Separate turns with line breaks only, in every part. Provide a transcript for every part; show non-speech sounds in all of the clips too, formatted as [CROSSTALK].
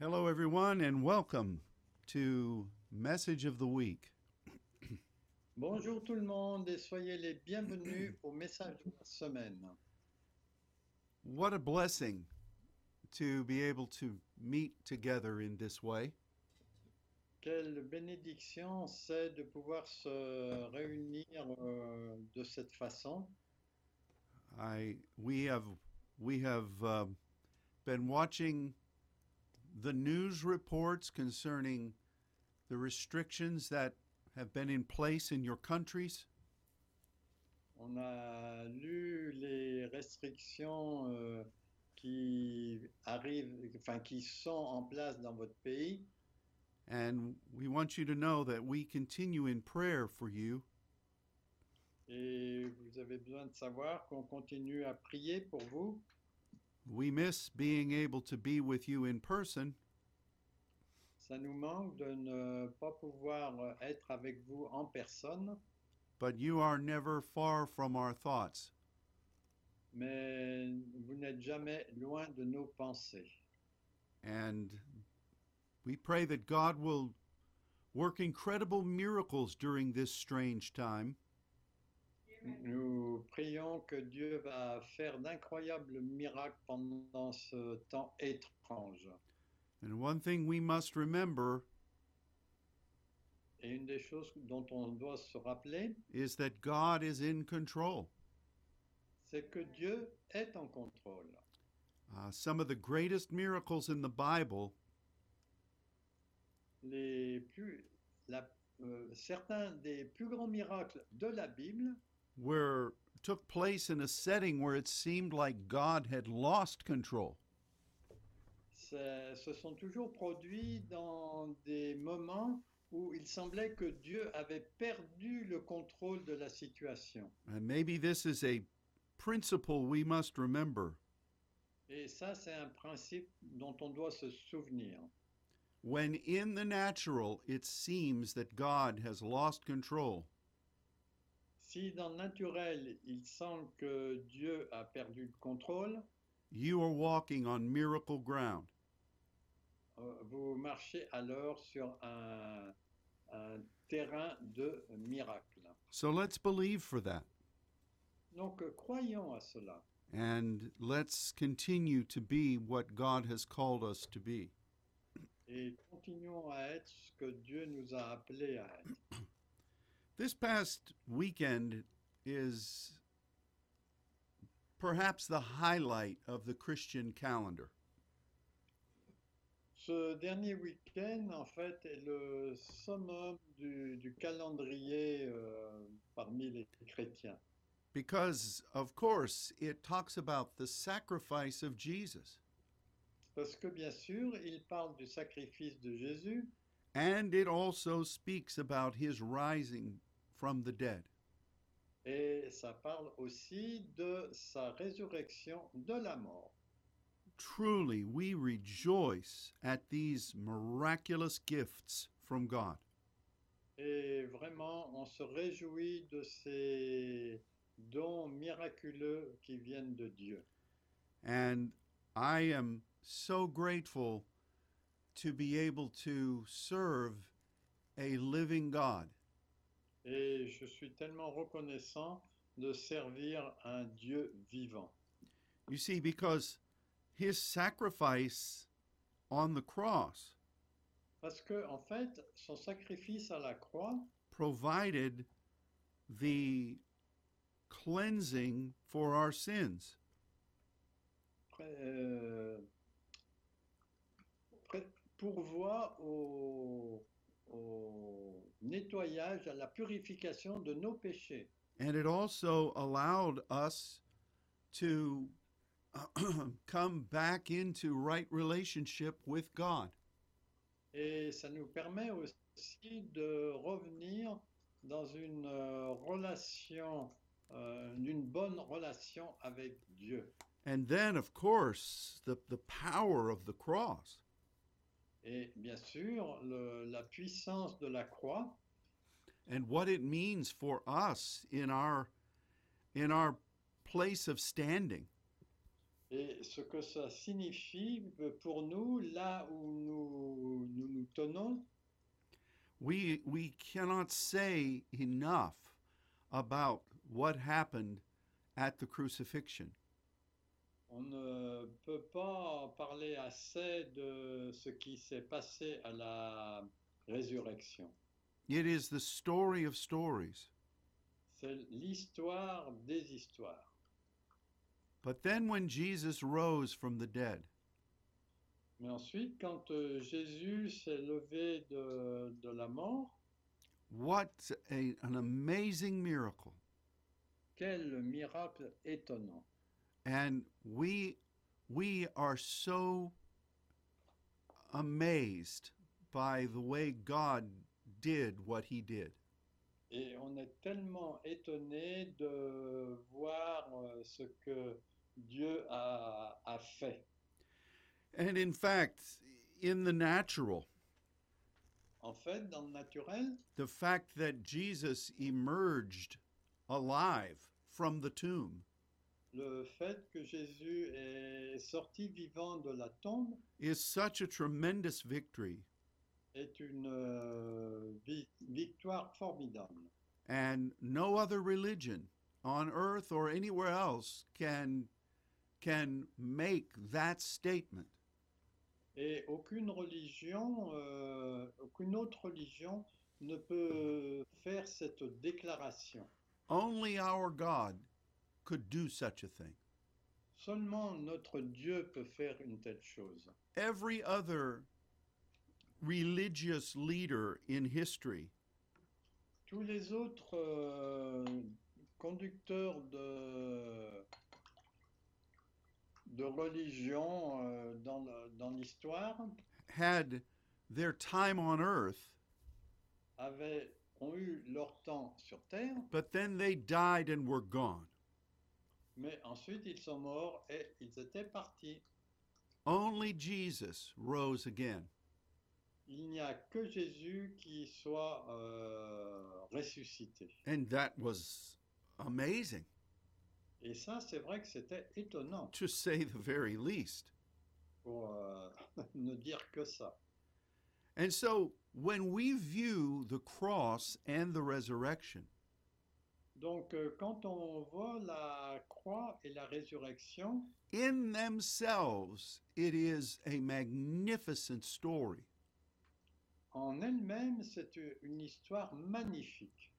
Hello, everyone, and welcome to Message of the Week.
Bonjour tout le monde et soyez les bienvenus au message de la semaine.
What a blessing to be able to meet together in this way.
Quelle bénédiction c'est de pouvoir se réunir euh, de cette façon.
I we have we have um been watching the news reports concerning the restrictions that have been in place in your countries,
On a lu les restrictions euh, qui arrivent, enfin qui sont en place dans votre pays
and we want you to know that we continue in prayer for you
et vous avez besoin de savoir qu'on continue à prier pour vous.
We miss being able to be with you in person,
Ça nous manque de ne pas pouvoir être avec vous en personne.
but you are never far from our thoughts.
mais vous n'êtes jamais loin de nos pensées.
And we pray that God will work incredible miracles during this strange time,
Nous prions que Dieu va faire d'incroyables miracles pendant ce temps étrange.
and one thing we must remember
Et une des choses dont on doit se rappeler,
is that God is in control.
c'est que Dieu est en contrôle.
Uh, some of the greatest miracles in the Bible
Les plus, la- euh, certains des plus grands miracles de la Bible
were took place in a setting where it seemed like God had lost control.
c'est- se sont toujours produits dans des moments où il semblait que Dieu avait perdu le contrôle de la situation.
And maybe this is a principle we must remember.
Et ça, c'est un principe dont on doit se souvenir.
When in the natural it seems that God has lost control,
Si dans le naturel, il semble que Dieu a perdu le contrôle,
you are walking on miracle ground.
euh, vous marchez alors sur un, un terrain de miracle.
So let's believe for that.
Donc, euh, croyons à cela
And let's continue to be what God has called us to be.
et continuons à être ce que Dieu nous a appelés à être.
This past weekend is perhaps the highlight of the Christian calendar.
Ce dernier week-end, en fait, est le summum du, du calendrier euh, parmi les chrétiens.
Because, of course, it talks about the sacrifice of Jesus.
Parce que, bien sûr, il parle du sacrifice de Jésus,
And it also speaks about his rising from the dead.
Et ça parle aussi de sa résurrection de la mort.
Truly, we rejoice at these miraculous gifts from God.
Et vraiment, on se réjouit de ces dons miraculeux qui viennent de Dieu.
And I am so grateful to be able to serve a living God.
Et je suis tellement reconnaissant de servir un Dieu vivant.
You see, because his sacrifice on the cross
Parce que, en fait, son sacrifice à la croix
provided the cleansing for our sins.
euh, pré- pourvoit au- au nettoyage, à la purification de nos péchés.
And it also allowed us to [CLEARS THROAT] come back into right relationship with God.
Et ça nous permet aussi de revenir dans une euh, relation, euh, une bonne relation avec Dieu.
And then, of course, the, the power of the cross.
Et bien sûr, le- la puissance de la croix
and what it means for us in our in our place of standing
et ce que ça signifie pour euh, nous là où nous tenons,
We, we cannot say enough about what happened at the crucifixion.
on ne peut pas parler assez de ce qui s'est passé à la résurrection.
It is the story of stories.
C'est l'histoire des histoires.
But then when Jesus rose from the dead,
Mais ensuite, quand euh, Jésus s'est levé de, de la mort,
what a, an amazing miracle.
quel miracle étonnant.
And we we are so amazed by the way God did what he did.
Et on est tellement étonné de voir euh, ce que Dieu a, a fait.
And in fact, in the natural,
En fait, dans le naturel,
the fact that Jesus emerged alive from the tomb
le fait que Jésus est sorti vivant de la tombe
is such a tremendous victory
est une euh, vi- victoire formidable.
and no other religion on earth or anywhere else can can make that statement
Et aucune religion, euh, aucune autre religion ne peut faire cette déclaration.
only our god could do such a thing
Seulement notre Dieu peut faire une telle chose.
every other religious leader in history
Tous les autres euh, conducteurs de, de religion euh, dans le- dans l'histoire
had their time on earth
avaient, ont eu leur temps sur Terre,
but then they died and were gone
mais ensuite ils sont morts et ils étaient partis.
only jesus rose again
Il n'y a que Jésus qui soit euh, ressuscité.
and that was amazing
Et ça, c'est vrai que c'était étonnant,
to say the very least
pour euh, [LAUGHS] ne dire que ça.
And so when we view the cross and the resurrection,
Donc, euh, quand on voit la croix et la résurrection,
in themselves, it is a magnificent story.
en elle-même, c'est une histoire magnifique.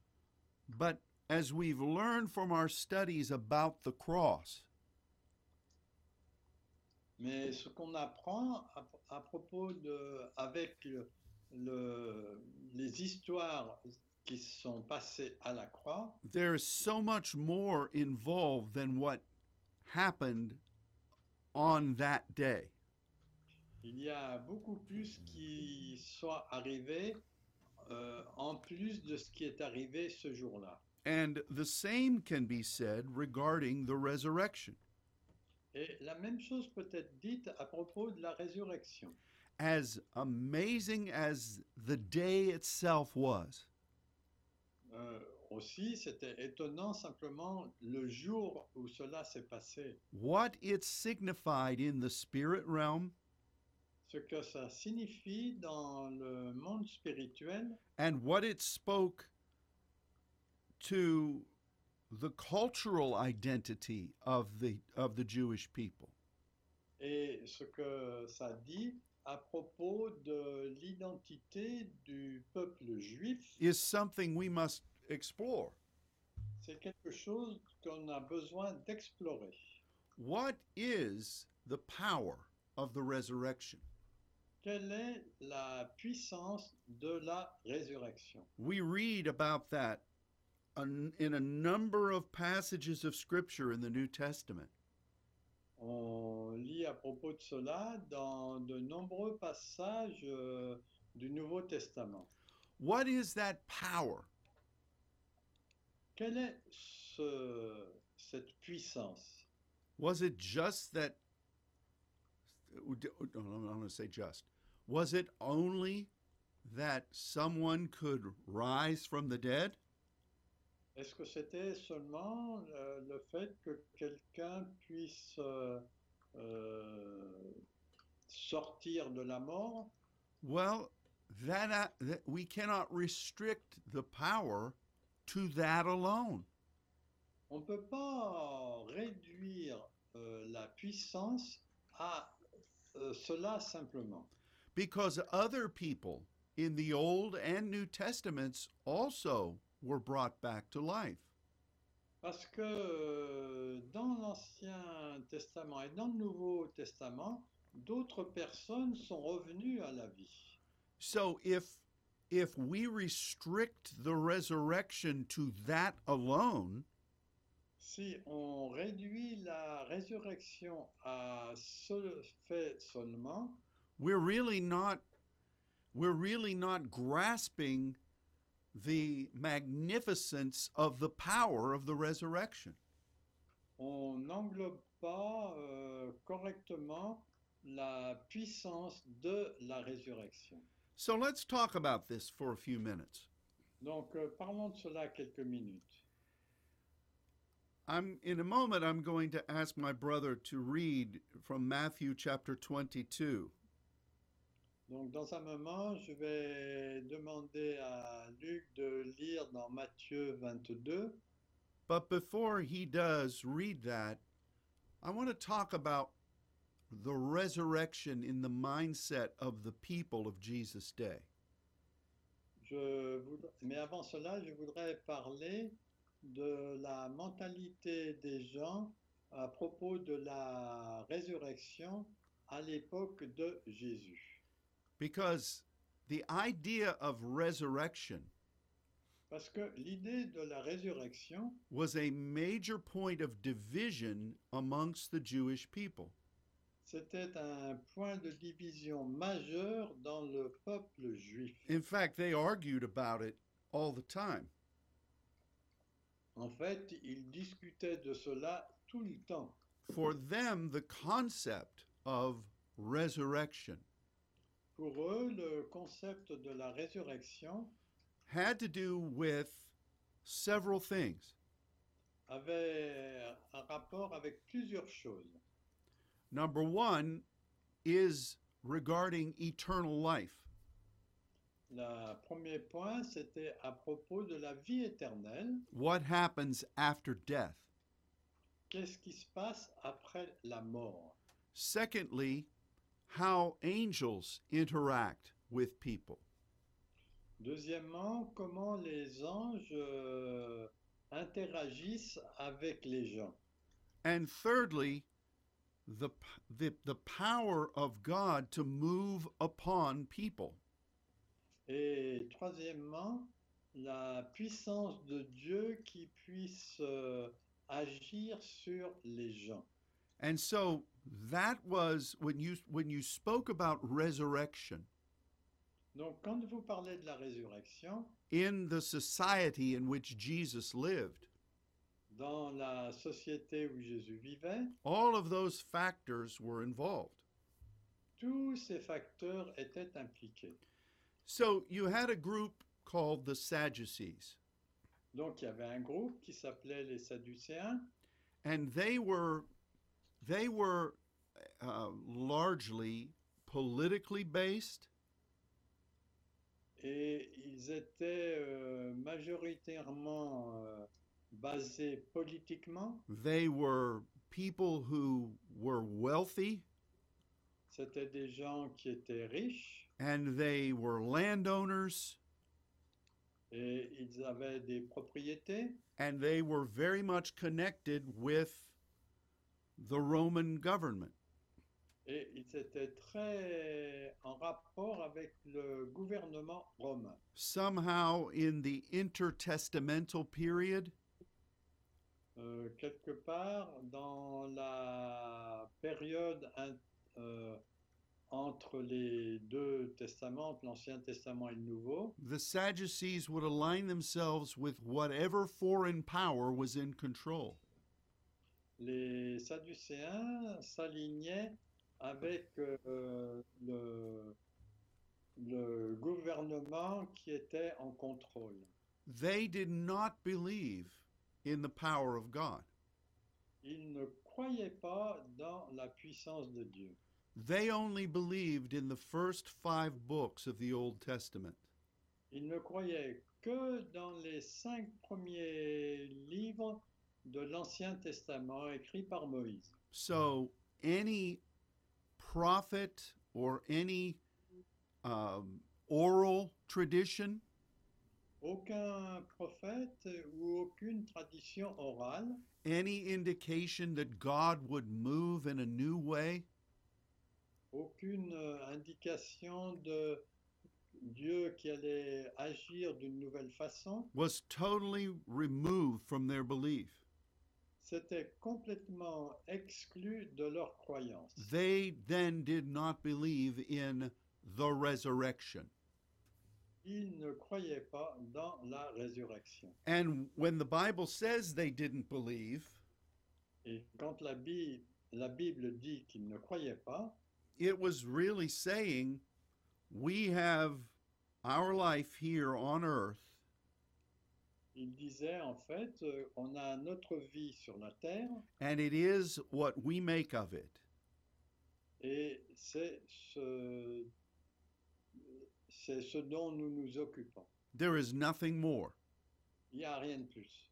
But as we've learned from our studies about the cross,
Mais ce qu'on apprend à, à propos de, avec le- le- les histoires qui se sont passées à la croix,
there is so much more involved than what happened on that day.
il y a beaucoup plus qui soit arrivé euh, en plus de ce qui est arrivé ce jour-là.
And the same can be said regarding the resurrection.
Et la même chose peut être dite à propos de la résurrection.
As amazing as the day itself was,
Euh, aussi, c'était étonnant simplement le jour où cela s'est passé,
what it signified in the spirit realm
ce que ça signifie dans le monde spirituel
and what it spoke to the cultural identity of the of the Jewish people.
et ce que ça dit à propos de l'identité du peuple juif.
is something we must explore.
C'est quelque chose qu'on a besoin d'explorer.
What is the power of the resurrection?
Quelle est la puissance de la résurrection
We read about that an- in a number of passages of scripture in the New Testament.
On lit à propos de cela dans de nombreux passages euh, du Nouveau Testament.
What is that power?
Quelle est ce- cette puissance
Was it just that? oh, I'm going to say just. Was it only that someone could rise from the dead?
Est-ce que c'était seulement euh, le fait que quelqu'un puisse euh, euh, sortir de la mort
Well, that, uh, that we cannot restrict the power to that alone.
On ne peut pas réduire euh, la puissance à euh, cela simplement.
because other people in the Old and New Testaments also were brought back to life.
Parce que euh, dans l'Ancien Testament et dans le Nouveau Testament, d'autres personnes sont revenues à la vie.
So if if we restrict the resurrection to that alone,
Si on réduit la résurrection à ce fait seulement,
we're really not we're really not grasping the magnificence of the power of the resurrection.
on n'englobe pas euh, correctement la puissance de la résurrection.
So let's talk about this for a few minutes.
Donc euh, parlons de cela quelques minutes.
I'm in a moment I'm going to ask my brother to read from Matthew chapter 22.
Donc dans un moment, je vais demander à Luc de lire dans Matthieu 22,
But before he does read that, I want to talk about the resurrection in the mindset of the people of Jesus' day.
Je voudrais- mais avant cela, je voudrais parler de la mentalité des gens à propos de la résurrection à l'époque de Jésus.
Because the idea of resurrection
Parce que l'idée de la résurrection,
was a major point of division amongst the Jewish people.
c'était un point de division majeur dans le peuple juif.
In fact, they argued about it all the time.
En fait, ils discutaient de cela tout le temps.
for them the concept of resurrection
Pour eux, le concept de la résurrection
had to do with several things.
avait un rapport avec plusieurs choses.
Number one is regarding eternal life.
Le premier point, c'était à propos de la vie éternelle.
What happens after death?
Qu'est-ce qui se passe après la mort
Secondly, how angels interact with people.
Deuxièmement, comment les anges euh, interagissent avec les gens
And thirdly, the, p- the, the power of God to move upon people.
Et troisièmement, la puissance de Dieu qui puisse euh, agir sur les gens.
And so that was when you when you spoke about resurrection
Donc quand vous parlez de la résurrection,
in the society in which Jesus lived,
dans la société où Jésus vivait,
all of those factors were involved.
tous ces facteurs étaient impliqués.
So you had a group called the Sadducees,
Donc il y avait un groupe qui s'appelait les Sadducéens
and they were they were uh, largely politically based,
et ils étaient euh, majoritairement euh, basés politiquement.
they were people who were wealthy
C'était des gens qui étaient riches
and they were landowners
et ils avaient des propriétés
and they were very much connected with the Roman government.
et ils étaient très en rapport avec le gouvernement romain.
Somehow, in the intertestamental period,
Euh, quelque part dans la période in- euh, entre les deux testaments, entre l'Ancien Testament et le Nouveau,
the Sadducees would align themselves with whatever foreign power was in control.
les Sadducéens s'alignaient avec euh, le, le gouvernement qui était en contrôle.
They did not believe in the power of God.
Ils ne croyaient pas dans la puissance de Dieu.
They only believed in the first five books of the Old Testament.
Ils ne croyaient que dans les cinq premiers livres de l'Ancien Testament écrits par Moïse.
So any prophet or any um, oral tradition
Aucun prophète ou aucune tradition orale,
any indication that God would move in a new way
aucune euh, indication de Dieu qui allait agir d'une nouvelle façon,
was totally removed from their belief.
c'était complètement exclu de leur croyance.
They then did not believe in the resurrection.
Ils ne croyaient pas dans la résurrection.
And when the Bible says they didn't believe,
Et quand la Bible, la Bible dit qu'ils ne croyaient pas,
it was really saying we have our life here on earth
il disait en fait, euh, on a notre vie sur la terre
and it is what we make of it.
et c'est ce, c'est ce dont nous nous occupons.
There is nothing more.
Il n'y a rien de plus.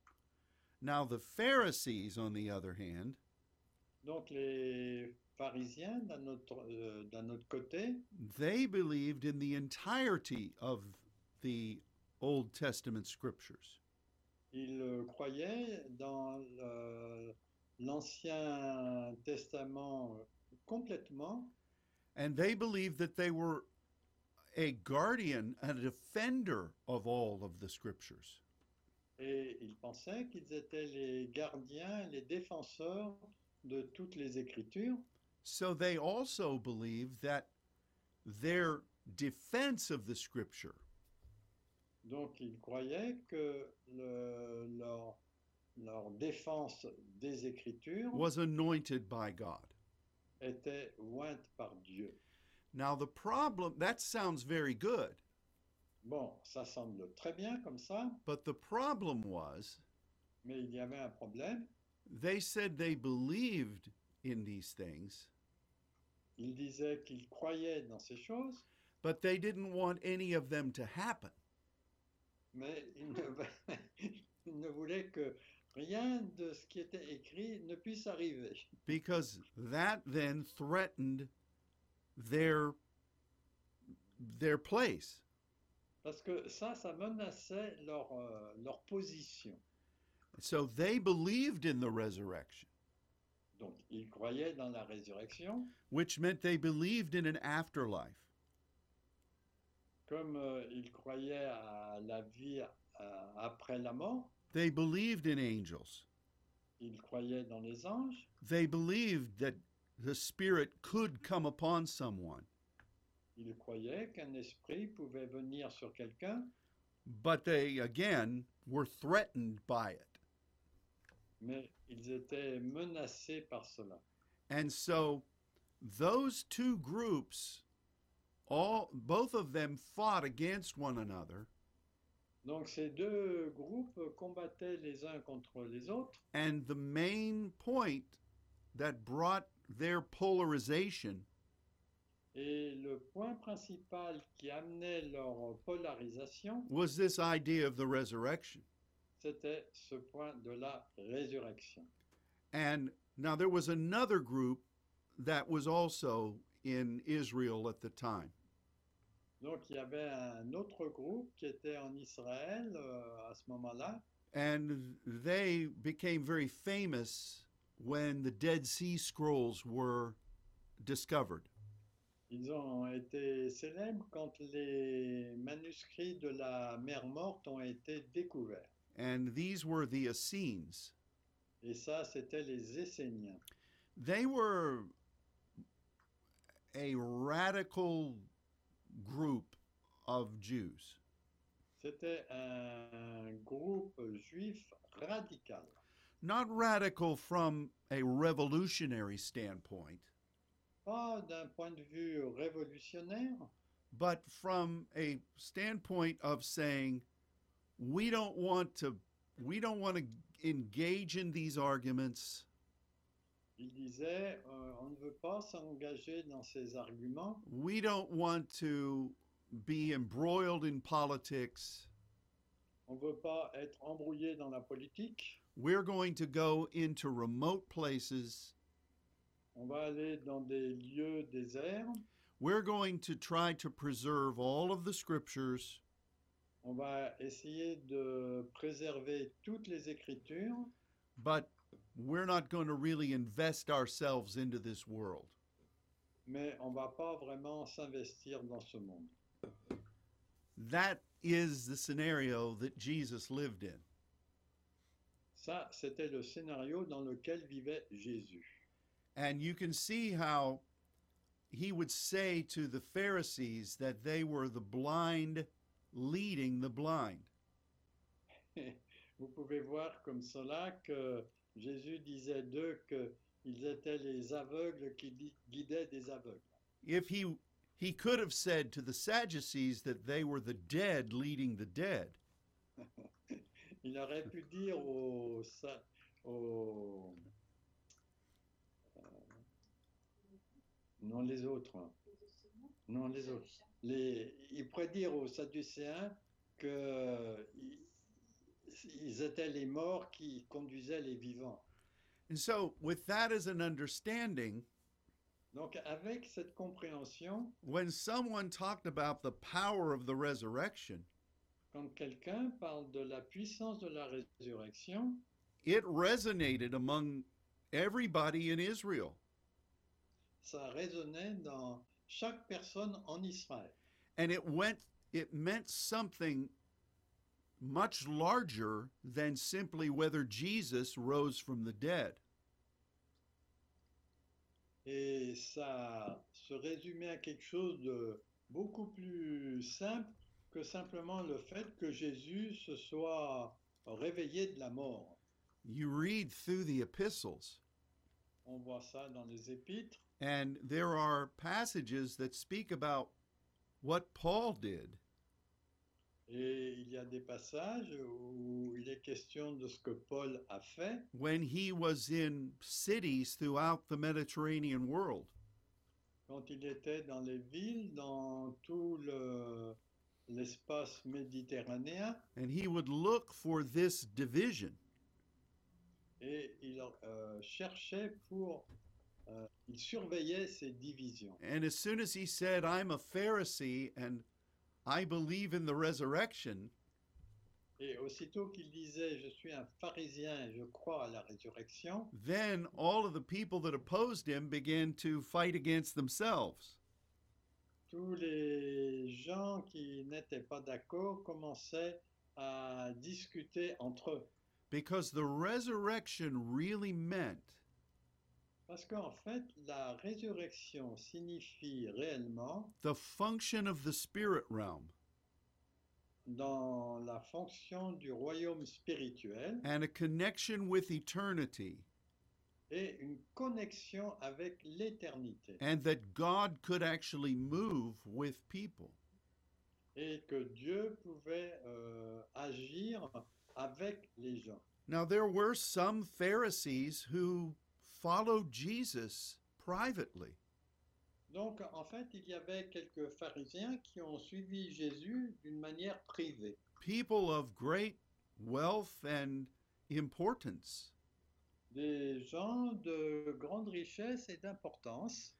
Now, the Pharisees, on the other hand,
Donc les pharisiens, d'un autre, euh, d'un autre côté,
they believed in the entirety of the Old Testament scriptures.
ils euh, croyaient dans le- l'Ancien Testament euh, complètement
And they believed that they were a guardian and a defender of all of the scriptures.
et ils pensaient qu'ils étaient les gardiens, les défenseurs de toutes les Écritures.
So they also believed that their defense of the scripture
Donc ils croyaient que le- leur, leur défense des Écritures
was anointed by God.
était ointe par Dieu.
Now, the problem that sounds very good,
Bon, ça semble très bien comme ça,
but the problem was
mais il y avait un problème.
they said they believed in these things,
Ils disaient qu'ils croyaient dans ces choses,
but they didn't want any of them to happen.
mais il ne, [LAUGHS] il ne voulait que rien de ce qui était écrit ne puisse arriver,
because that then threatened their their place
parce que ça, ça menaçait leur, euh, leur position.
so they believed in the resurrection
Donc, ils croyaient dans la résurrection,
which meant they believed in an afterlife
comme euh, ils croyaient à la vie euh, après la mort,
they believed in angels
ils croyaient dans les anges,
they believed that the spirit could come upon someone
ils croyaient qu'un esprit pouvait venir sur quelqu'un,
but they again were threatened by it
mais ils étaient menacés par cela.
and so those two groups all both of them fought against one another
Donc ces deux groupes combattaient les uns contre les autres.
And the main point that brought their polarization
Et le point principal qui amenait leur polarisation,
was this idea of the resurrection.
c'était ce point de la résurrection.
And now there was another group that was also in Israel at the time.
Donc il y avait un autre groupe qui était en Israël euh, à ce moment-là,
And they became very famous when the Dead Sea Scrolls were discovered.
ils ont été célèbres quand les manuscrits de la mer morte ont été découverts.
And these were the Essenes.
Et ça, c'était les Esséniens.
They were a radical group of Jews.
C'était un groupe juif radical.
not radical from a revolutionary standpoint,
Pas d'un point de vue révolutionnaire,
but from a standpoint of saying we don't want to we don't want to engage in these arguments
Il disait, euh, on ne veut pas s'engager dans ces arguments.
We don't want to be embroiled in politics.
On ne veut pas être embrouillé dans la politique.
We're going to go into remote places.
On va aller dans des lieux déserts.
We're going to try to preserve all of the scriptures.
On va essayer de préserver toutes les écritures,
but we're not going to really invest ourselves into this world.
mais on ne va pas vraiment s'investir dans ce monde.
That is the scenario that Jesus lived in.
Ça, c'était le scénario dans lequel vivait Jésus.
And you can see how he would say to the Pharisees that they were the blind leading the blind.
[LAUGHS] Vous pouvez voir comme cela que Jésus disait d'eux qu'ils étaient les aveugles qui di- guidaient des aveugles.
If he he could have said to the Sadducees that they were the dead leading the dead,
Il aurait pu dire aux, Sa- aux- euh, non les autres, hein. non les autres. Les- il pourrait dire aux Sadducéens que i- ils étaient les morts qui conduisaient les vivants.
And so, with that as an understanding,
Donc avec cette compréhension,
when someone talked about the power of the resurrection,
quand quelqu'un parle de la puissance de la résurrection,
it resonated among everybody in Israel.
ça résonnait dans chaque personne en Israël.
And it went it meant something much larger than simply whether Jesus rose from the dead.
Et ça se résumait à quelque chose de beaucoup plus simple que simplement le fait que Jésus se soit réveillé de la mort.
You read through the epistles,
On voit ça dans les épîtres.
and there are passages that speak about what Paul did.
Et il y a des passages où il est question de ce que Paul a fait
when he was in cities throughout the Mediterranean world.
quand il était dans les villes, dans tout le- l'espace méditerranéen.
And he would look for this division.
et il euh, cherchait pour, euh, il surveillait ces divisions.
And as soon as he said, I'm a Pharisee and I believe in the resurrection,
Et aussitôt qu'il disait, je suis un pharisien et je crois à la résurrection,
then all of the people that opposed him began to fight against themselves.
tous les gens qui n'étaient pas d'accord commençaient à discuter entre eux.
Because the resurrection really meant
Parce qu'en fait, la résurrection signifie réellement,
the function of the spirit realm
dans la fonction du royaume spirituel,
and a connection with eternity,
et une connexion avec l'éternité.
and that God could actually move with people.
et que Dieu pouvait euh, agir avec les gens.
Now, there were some Pharisees who followed Jesus privately,
Donc, en fait, il y avait quelques pharisiens qui ont suivi Jésus d'une manière privée,
people of great wealth and importance.
des gens de grande richesse et d'importance.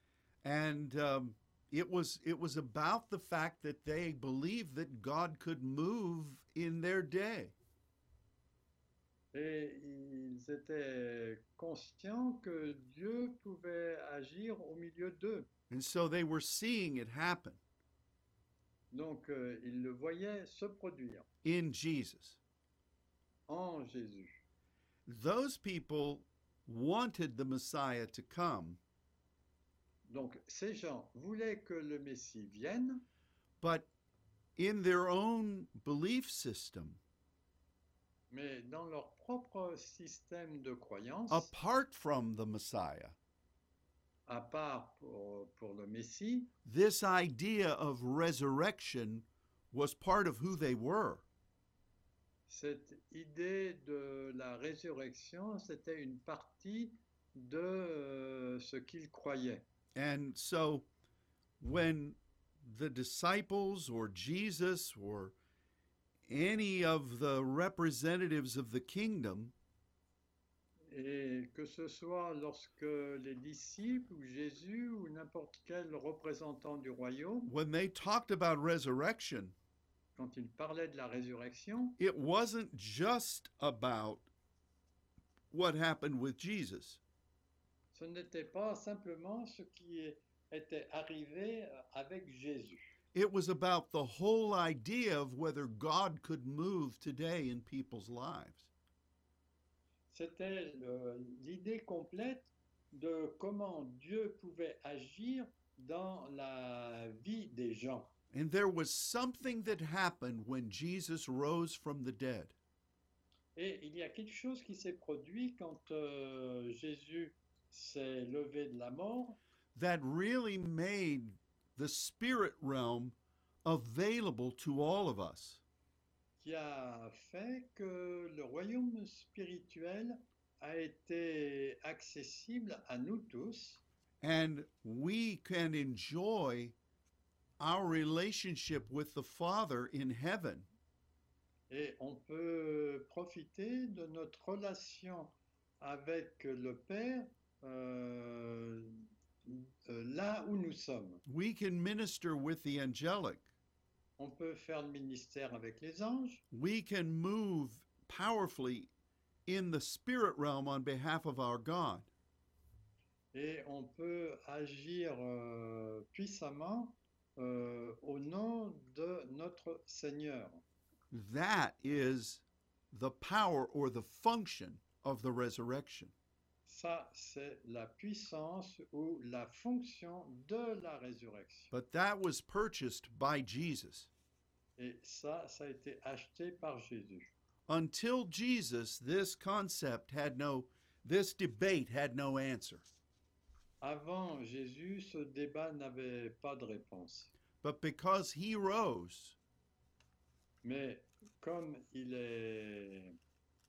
And um, it, was, it was about the fact that they believed that God could move in their day.
Et ils étaient conscients que Dieu pouvait agir au milieu d'eux.
And so they were seeing it happen
Donc, euh, ils le voyaient se produire
in Jesus.
en Jésus.
Those people wanted the Messiah to come,
Donc, ces gens voulaient que le Messie vienne,
but in their own belief system,
mais dans leur propre système de croyance,
apart from the Messiah,
à part pour, pour le Messie,
this idea of resurrection was part of who they were.
cette idée de la résurrection, c'était une partie de euh, ce qu'ils croyaient.
And so when the disciples or Jesus or any of the representatives of the kingdom
Et que ce soit lorsque les disciples ou Jésus ou n'importe quel représentant du royaume,
when they talked about resurrection
quand ils parlaient de la résurrection,
it wasn't just about what happened with Jesus
ce n'était pas simplement ce qui est- était arrivé euh, avec Jésus.
it was about the whole idea of whether God could move today in people's lives
C'était le- l'idée complète de comment Dieu pouvait agir dans la vie des gens.
and there was something that happened when Jesus rose from the dead
Et il y a quelque chose qui s'est produit quand euh, Jésus s'est levé de la mort
that really made the spirit realm available to all of us.
qui a fait que le royaume spirituel a été accessible à nous tous
And we can enjoy our relationship with the Father in heaven
Et on peut profiter de notre relation avec le Père euh, euh, là où nous sommes.
we can minister with the angelic.
On peut faire le ministère avec les anges,
We can move powerfully in the spirit realm on behalf of our God.
et on peut agir euh, puissamment euh, au nom de notre Seigneur.
That is the power or the function of the resurrection.
Ça, c'est la puissance ou la fonction de la résurrection.
But that was purchased by Jesus.
Et ça, ça a été acheté par Jésus.
Until Jesus, this concept had no, this debate had no answer.
Avant Jésus, ce débat n'avait pas de réponse.
But because he rose,
Mais comme il est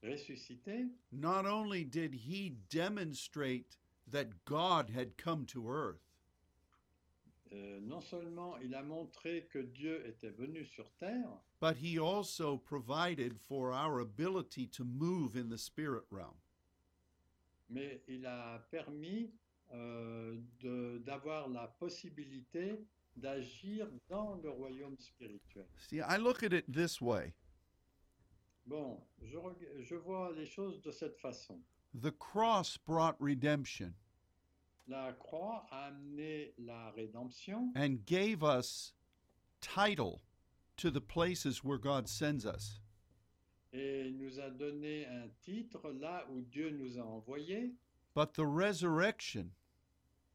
ressuscité,
not only did he demonstrate that God had come to earth,
euh, non seulement il a montré que Dieu était venu sur terre,
but he also provided for our ability to move in the spirit realm.
mais il a permis euh, de- d'avoir la possibilité d'agir dans le royaume spirituel.
See, I look at it this way
Bon, je, reg- je vois les choses de cette façon.
the cross brought redemption
La croix a amené la rédemption
and gave us title to the places where God sends us.
et nous a donné un titre là où Dieu nous a envoyés.
But the resurrection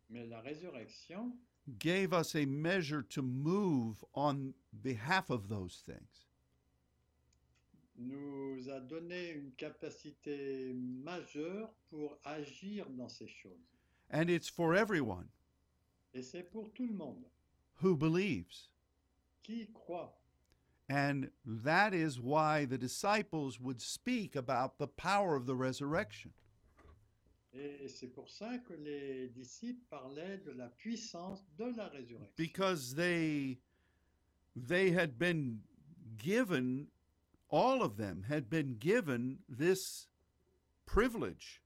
Mais la résurrection
gave us a measure to move on behalf of those things.
nous a donné une capacité majeure pour agir dans ces choses.
And it's for everyone
Et c'est pour tout le monde
who believes.
qui croit.
And that is why the disciples would speak about the power of the resurrection.
Et c'est pour ça que les disciples parlaient de la puissance de la résurrection.
Because they they had been given all of them had been given this privilege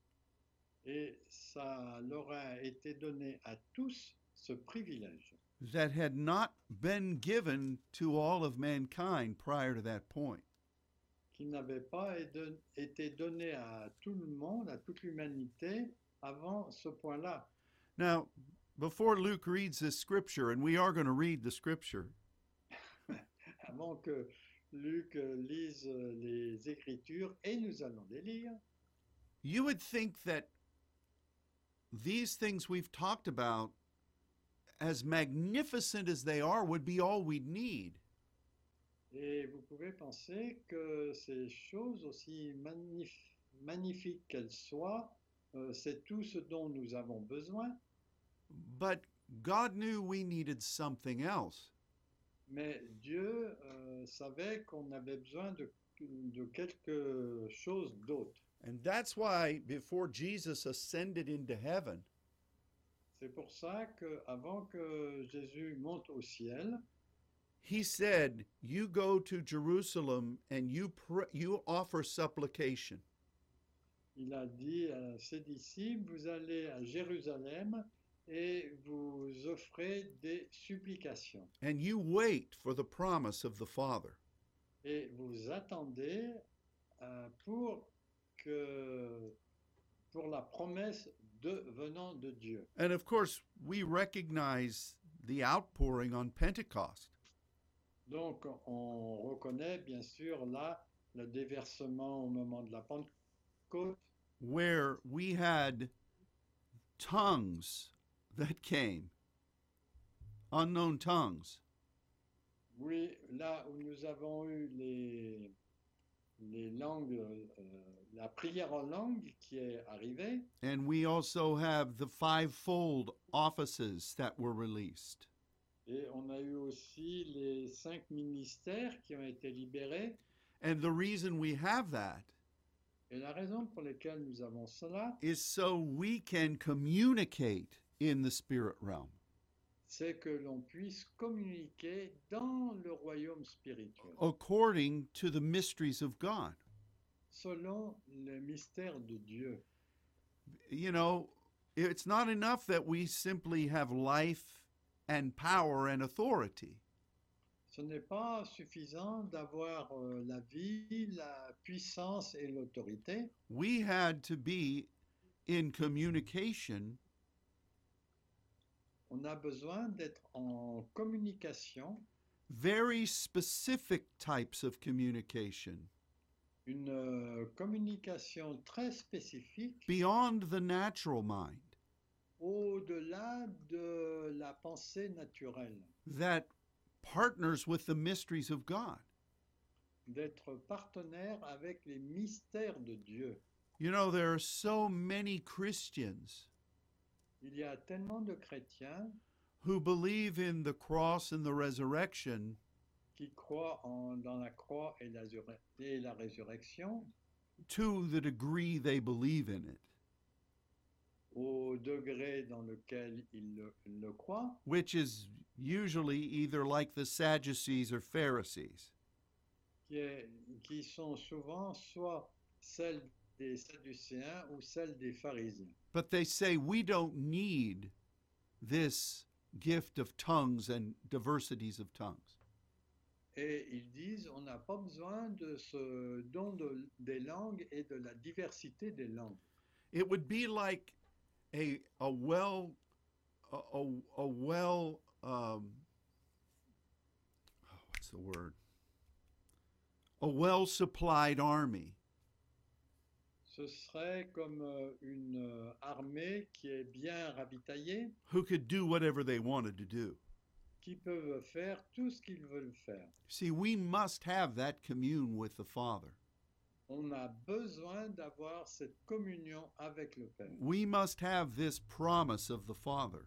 Et ça leur a été donné à tous ce privilège
that had not been given to all of mankind prior to that point.
qui n'avait pas été- été donné à tout le monde, à toute l'humanité, avant ce point-là.
Now, before Luke reads this scripture, and we are going to read the scripture,
avant que Luc euh, lise euh, les Écritures, et nous allons les lire,
you would think that these things we've talked about, as magnificent as they are, would be all we'd need.
et vous pouvez penser que ces choses, aussi magnif- magnifiques qu'elles soient, euh, c'est tout ce dont nous avons besoin,
But God knew we needed something else.
mais Dieu euh, savait qu'on avait besoin de, de quelque chose d'autre.
And that's why before Jesus ascended into heaven,
C'est pour ça que avant que Jésus monte au ciel,
he said, "You go to Jerusalem and you pr- you offer supplication."
il a dit à ses disciples, vous allez à Jérusalem et vous offrez des supplications
and you wait for the promise of the Father.
et vous attendez euh, pour que pour la promesse de venant de Dieu.
And of course, we recognize the outpouring on Pentecost.
Donc on reconnaît bien sûr là le déversement au moment de la Pentecôte
where we had tongues that came, unknown tongues.
Oui, là où nous avons eu les, les langues, euh, la prière en langue qui est arrivée,
And we also have the fivefold offices that were released.
et on a eu aussi les cinq ministères qui ont été libérés.
And the reason we have that
Et la raison pour laquelle nous avons cela,
is so we can communicate in the spirit realm.
c'est que l'on puisse communiquer dans le royaume spirituel,
Oh. According to the mysteries of God.
selon le mystère de Dieu.
You know, it's not enough that we simply have life and power and authority.
Ce n'est pas suffisant d'avoir euh, la vie, la puissance et l'autorité.
we had to be in communication
On a besoin d'être en communication,
very specific types of communication
une euh, communication très spécifique
beyond the natural mind
au-delà de la pensée naturelle,
that partners with the mysteries of God.
d'être partenaire avec les mystères de Dieu.
You know, there are so many Christians
Il y a tellement de chrétiens
who believe in the cross and the resurrection,
qui croient en- dans la croix et la, suré- et la résurrection
to the degree they believe in it,
au degré dans lequel ils le, ils le croient,
which is usually either like the Sadducees or Pharisees.
qui, est- qui sont souvent soit celles des Sadducéens ou celles des pharisiens.
But they say we don't need this gift of tongues and diversities of tongues.
Et ils disent, on n'a pas besoin de ce don de- des langues et de la diversité des langues.
It would be like a a well a, a, a well um, oh, what's the word? A well supplied army
Ce serait comme euh, une euh, armée qui est bien ravitaillée,
who could do whatever they wanted to do.
qui peuvent faire tout ce qu'ils veulent faire.
See, we must have that commune with the Father.
On a besoin d'avoir cette communion avec le Père.
We must have this promise of the Father.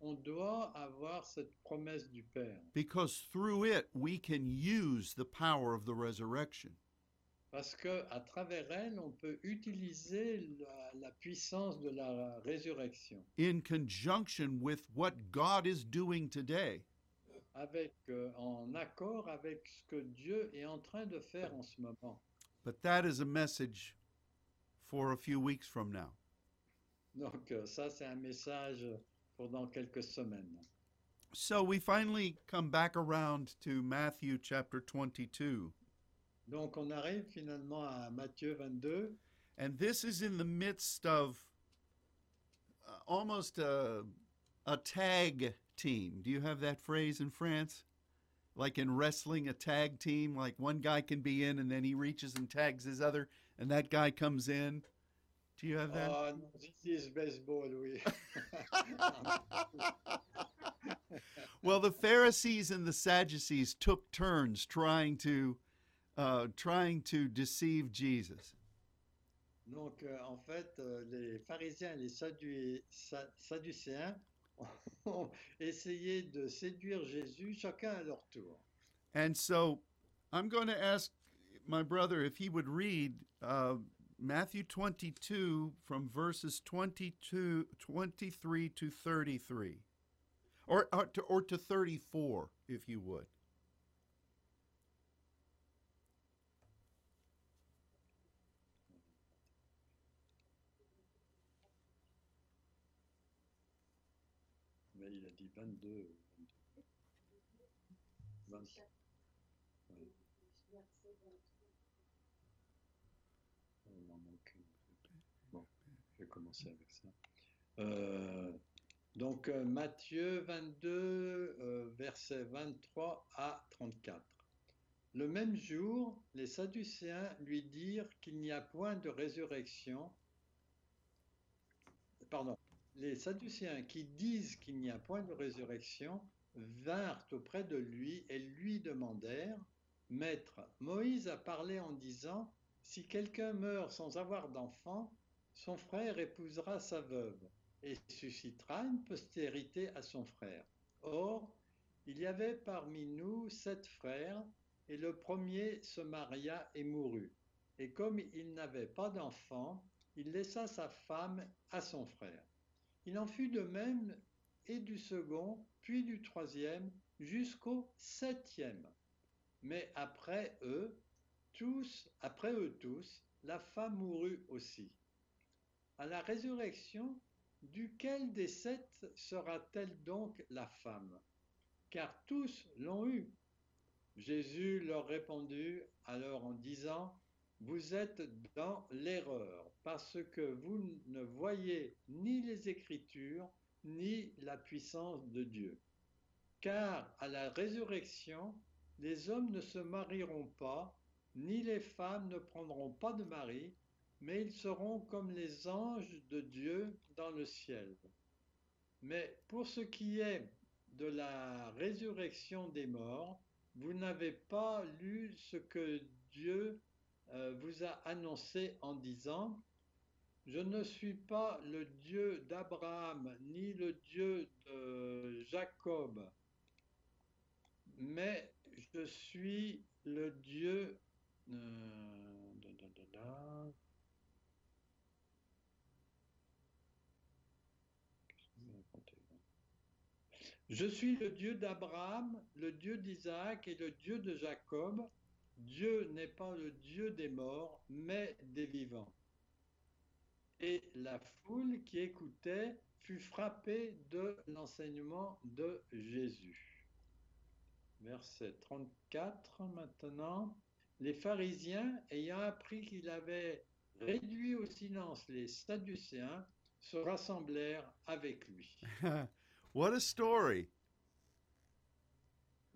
On doit avoir cette promesse du Père,
because through it we can use the power of the resurrection.
parce que à travers elle, on peut utiliser la- la puissance de la résurrection.
In conjunction with what God is doing today,
avec, euh, en accord avec ce que Dieu est en train de faire en ce moment.
but that is a message for a few weeks from now.
Donc euh, ça, c'est un message pour dans quelques semaines.
So we finally come back around to Matthew chapter 22,
Donc on arrive finalement à Matthieu 22,
and this is in the midst of uh, almost a, a tag team. Do you have that phrase in France? like in wrestling, a tag team, like one guy can be in and then he reaches and tags his other, and that guy comes in. Do you have that?
Ah, non, this is baseball, oui. Uh.
[LAUGHS] well, the Pharisees and the Sadducees took turns trying to, uh, trying to deceive Jesus.
Donc euh, en fait, euh, les pharisiens et les Saddu- Sa- sadducéens [LAUGHS] ont essayé de séduire Jésus, chacun à leur tour.
And so, I'm going to ask my brother if he would read uh, Matthew 22 from verses 22, 23 to 33, or, or, to, or to 34, if you would. [LAUGHS]
Mais il a dit 22. 22. Ouais. Il m'en manque une. Bon, je vais commencer avec ça. Euh, donc euh, Matthieu 22, euh, versets 23 à 34. Le même jour, les Sadducéens lui dirent qu'il n'y a point de résurrection. Pardon. Les Sadducéens qui disent qu'il n'y a point de résurrection vinrent auprès de lui et lui demandèrent, Maître, Moïse a parlé en disant, si quelqu'un meurt sans avoir d'enfant, son frère épousera sa veuve et suscitera une postérité à son frère. Or, il y avait parmi nous sept frères, et le premier se maria et mourut. Et comme il n'avait pas d'enfant, il laissa sa femme à son frère. Il en fut de même et du second, puis du troisième, jusqu'au septième. Mais après eux, tous, après eux tous, la femme mourut aussi. À la résurrection, duquel des sept sera-t-elle donc la femme Car tous l'ont eue. Jésus leur répondit alors en disant, Vous êtes dans l'erreur, parce que vous ne voyez ni les Écritures, ni la puissance de Dieu. Car à la résurrection, les hommes ne se marieront pas, ni les femmes ne prendront pas de mari, mais ils seront comme les anges de Dieu dans le ciel. Mais pour ce qui est de la résurrection des morts, vous n'avez pas lu ce que Dieu euh, vous a annoncé en disant, Je ne suis pas le Dieu d'Abraham, ni le Dieu de Jacob, mais je suis le Dieu euh, da, da, da, Je suis le Dieu d'Abraham, le Dieu d'Isaac et le Dieu de Jacob. Dieu n'est pas le Dieu des morts, mais des vivants. Et la foule qui écoutait fut frappée de l'enseignement de Jésus. Verset 34 maintenant. Les pharisiens, ayant appris qu'il avait réduit au silence les Sadducéens, se rassemblèrent avec lui.
what a story!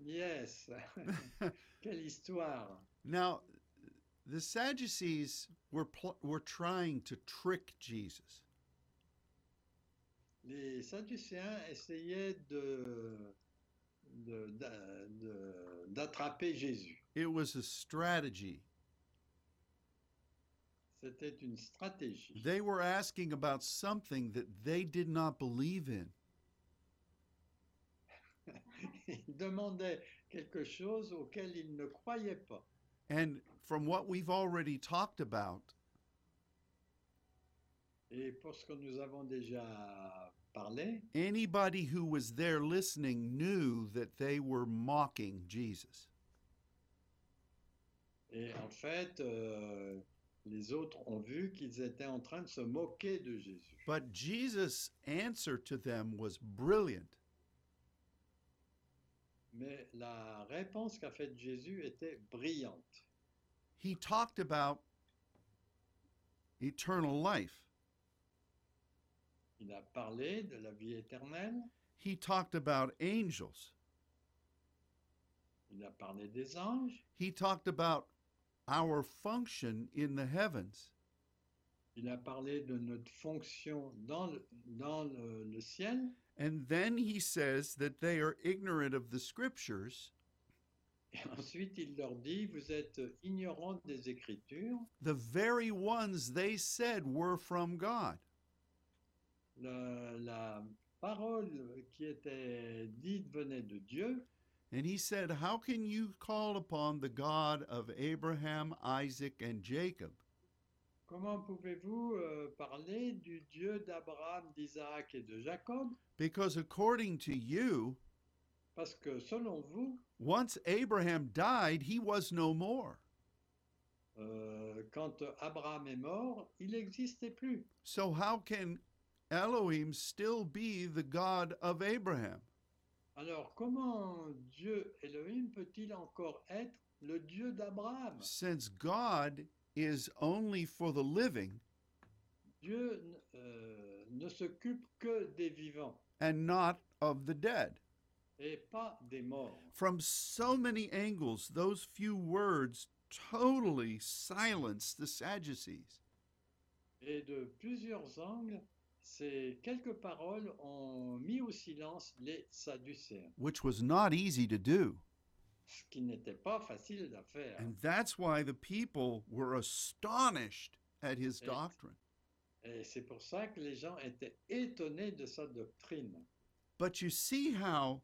Yes, [LAUGHS] quelle histoire!
Now, the Sadducees were, pl- were trying to trick Jesus.
Les Sadducéens essayaient de, de- d'a- de- d'attraper Jésus.
It was a strategy.
C'était une stratégie.
They were asking about something that they did not believe in.
[LAUGHS] Ils demandaient quelque chose auquel ils ne croyaient pas.
And from what we've already talked about,
Et pour ce que nous avons déjà parlé,
anybody who was there listening knew that they were mocking Jesus.
et en fait, euh, les autres ont vu qu'ils étaient en train de se moquer de Jésus.
But Jesus' answer to them was brilliant.
Mais la réponse qu'a faite Jésus était brillante.
He talked about eternal life,
Il a parlé de la vie éternelle,
he talked about angels,
il a parlé des anges,
he talked about our function in the heavens,
il a parlé de notre fonction dans le, dans le- le ciel,
and then he says that they are ignorant of the scriptures,
et [LAUGHS] ensuite il leur dit, vous êtes ignorants des Écritures,
the very ones they said were from God.
Le- la parole qui était dite venait de Dieu,
And he said, How can you call upon the God of Abraham, Isaac, and Jacob
Comment pouvez-vous euh, parler du Dieu d'Abraham, d'Isaac et de Jacob
Because according to you,
Parce que selon vous,
once Abraham died, he was no more.
euh, quand Abraham est mort, il n'existait plus.
So how can Elohim still be the God of Abraham?
Alors comment Dieu Elohim peut-il encore être le Dieu d'Abraham
Since God is only for the living
Dieu n- euh, ne s'occupe que des vivants
and not of the dead.
et pas des morts.
From so many angles, those few words totally silenced the Sadducees.
Et de plusieurs angles, ces quelques paroles ont mis au silence les Sadducéens,
which was not easy to do.
ce qui n'était pas facile à faire.
And that's why the people were astonished at his
Yes.
doctrine.
Et c'est pour ça que les gens étaient étonnés de sa doctrine.
But you see how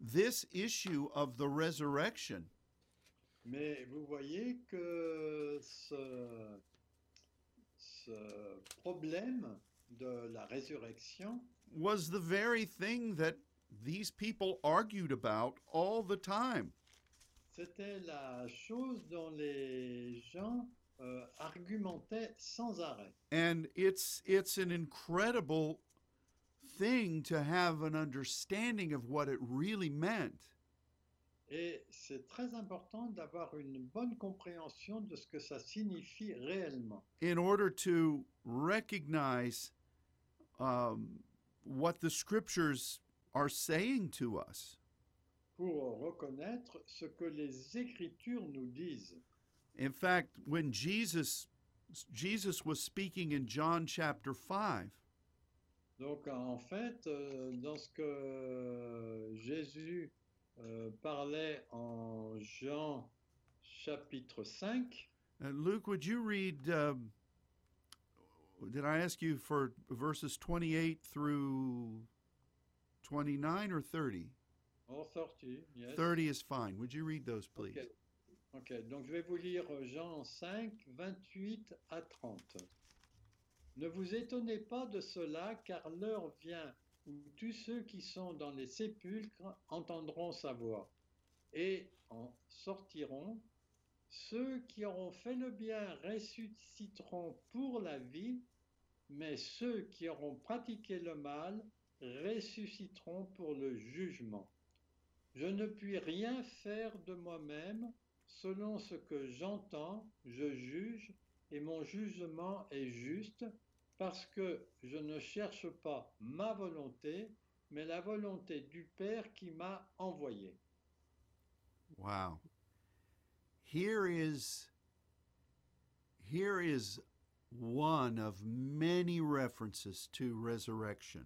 this issue of the resurrection
Mais vous voyez que ce, ce problème de la résurrection,
was the very thing that these people argued about all the time.
c'était la chose dont les gens euh, argumentaient sans arrêt.
And it's it's an incredible thing to have an understanding of what it really meant.
Et c'est très important d'avoir une bonne compréhension de ce que ça signifie réellement
in order to recognize um, what the scriptures are saying to us.
pour reconnaître ce que les Écritures nous disent.
In fact, when Jesus Jesus was speaking in John chapter 5,
Donc en fait, euh, dans ce que Jésus euh, parlait en Jean chapitre 5,
uh, Luke, would you read? Um, did I ask you for verses 28 through 29 or 30?
en sortie, yes.
30 is fine. Would you read those, please?
Ok. Ok, donc je vais vous lire euh, Jean 5, 28 à 30. Ne vous étonnez pas de cela, car l'heure vient où tous ceux qui sont dans les sépulcres entendront sa voix, et en sortiront. Ceux qui auront fait le bien ressusciteront pour la vie, mais ceux qui auront pratiqué le mal ressusciteront pour le jugement. Je ne puis rien faire de moi-même, selon ce que j'entends, je juge, et mon jugement est juste, parce que je ne cherche pas ma volonté, mais la volonté du Père qui m'a envoyé.
Wow. Here is here is one of many references to resurrection.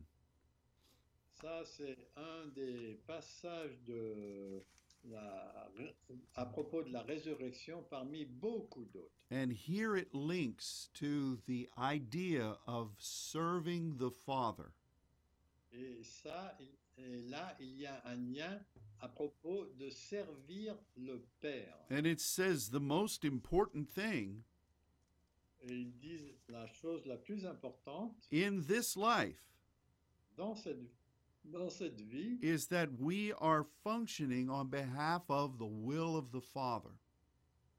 Ça, c'est un des passages de la- à propos de la résurrection parmi beaucoup d'autres.
And here it links to the idea of serving the Father.
Et ça, il- et là, il y a un lien à propos de servir le Père.
And it says the most important thing
Et ils disent la chose la plus importante
in this life
dans cette, dans cette vie,
is that we are functioning on behalf of the will of the Father.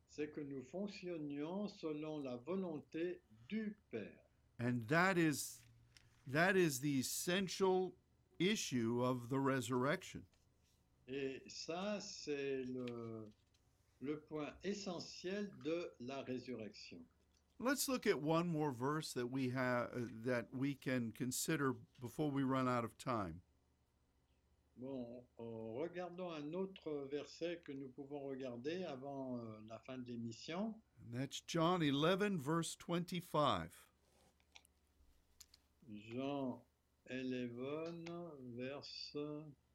c'est que nous fonctionnions selon la volonté du Père.
And that is that is the essential issue of the resurrection.
Et ça, c'est le, le point essentiel de la résurrection.
Let's look at one more verse that we have that we can consider before we run out of time.
Bon, en regardons un autre verset que nous pouvons regarder avant euh, la fin de l'émission.
And that's John 11 verse 25.
Jean 11, verse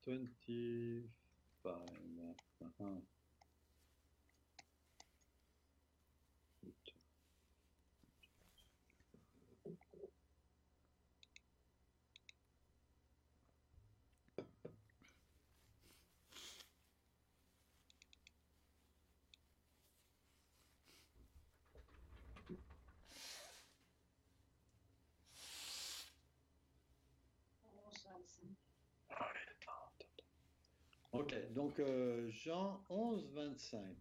25. Uh-huh. Ok, donc euh, Jean 11, 25.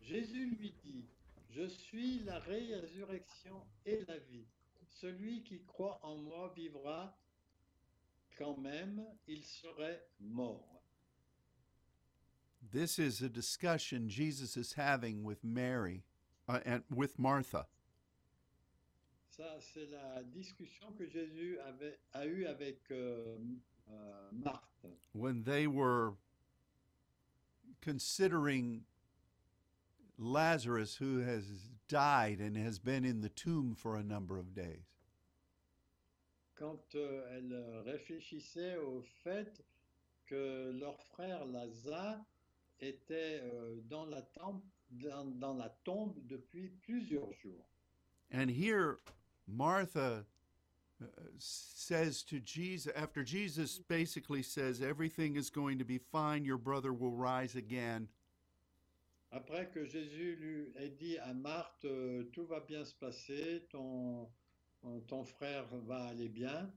Jésus lui dit, Je suis la résurrection et la vie. Celui qui croit en moi vivra quand même, il serait mort.
This is a discussion Jesus is having with Mary uh, and with Martha.
Ça, c'est la discussion que Jésus avait, a eue avec euh, euh, Marthe.
when they were considering Lazarus, who has died and has been in the tomb for a number of days.
Quand euh, elle réfléchissait au fait que leur frère Lazare était euh, dans, la tempe- dans- dans la tombe depuis plusieurs jours.
And here, Martha uh, says to Jesus, after Jesus basically says, Everything is going to be fine, your brother will rise again.
Après que Jésus lui ait dit à Marthe, euh, tout va bien se passer, ton, euh, ton frère va aller bien,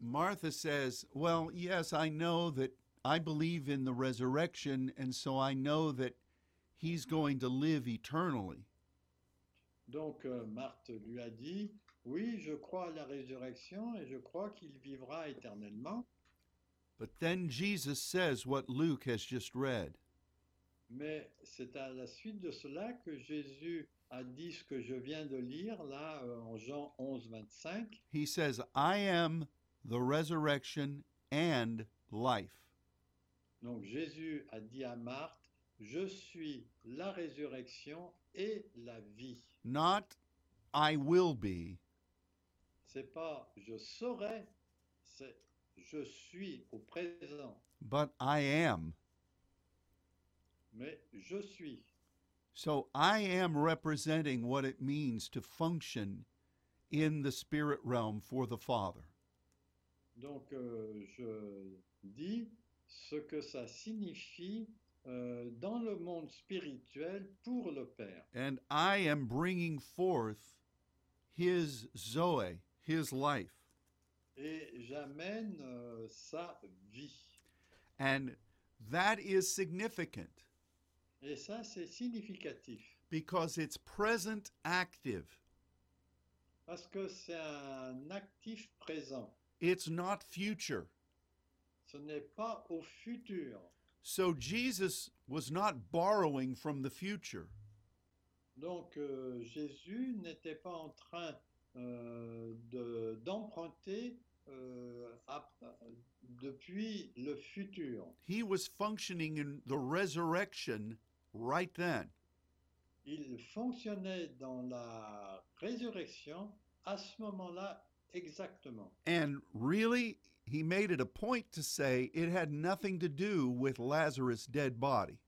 Martha says, Well, yes, I know that I believe in the resurrection, and so I know that he's going to live eternally.
Donc euh, Marthe lui a dit, oui, je crois à la résurrection et je crois qu'il vivra éternellement.
But then Jesus says what Luke has just read.
Mais c'est à la suite de cela que Jésus a dit ce que je viens de lire là euh, en Jean 11, 25.
He says, I am the resurrection and life.
Donc Jésus a dit à Marthe, je suis la résurrection et la vie.
Not I will be,
C'est pas je serai, c'est je suis au présent,
but I am.
mais je suis.
So I am representing what it means to function in the spirit realm for the Father.
Donc, euh, je dis ce que ça signifie euh, dans le monde spirituel pour le Père.
And I am bringing forth His Zoe, His life.
Et j'amène euh, sa vie.
And that is significant
Et ça, c'est significatif.
because it's present active.
Parce que c'est un actif présent.
It's not future.
Ce n'est pas au futur.
So Jesus was not borrowing from the future.
Donc, euh, Jésus n'était pas en train euh, de- d'emprunter euh, à- depuis le futur.
He was functioning in the resurrection right then.
il fonctionnait dans la résurrection à ce moment-là exactement.
And really, he made it a point to say it had nothing to do with Lazarus' dead body.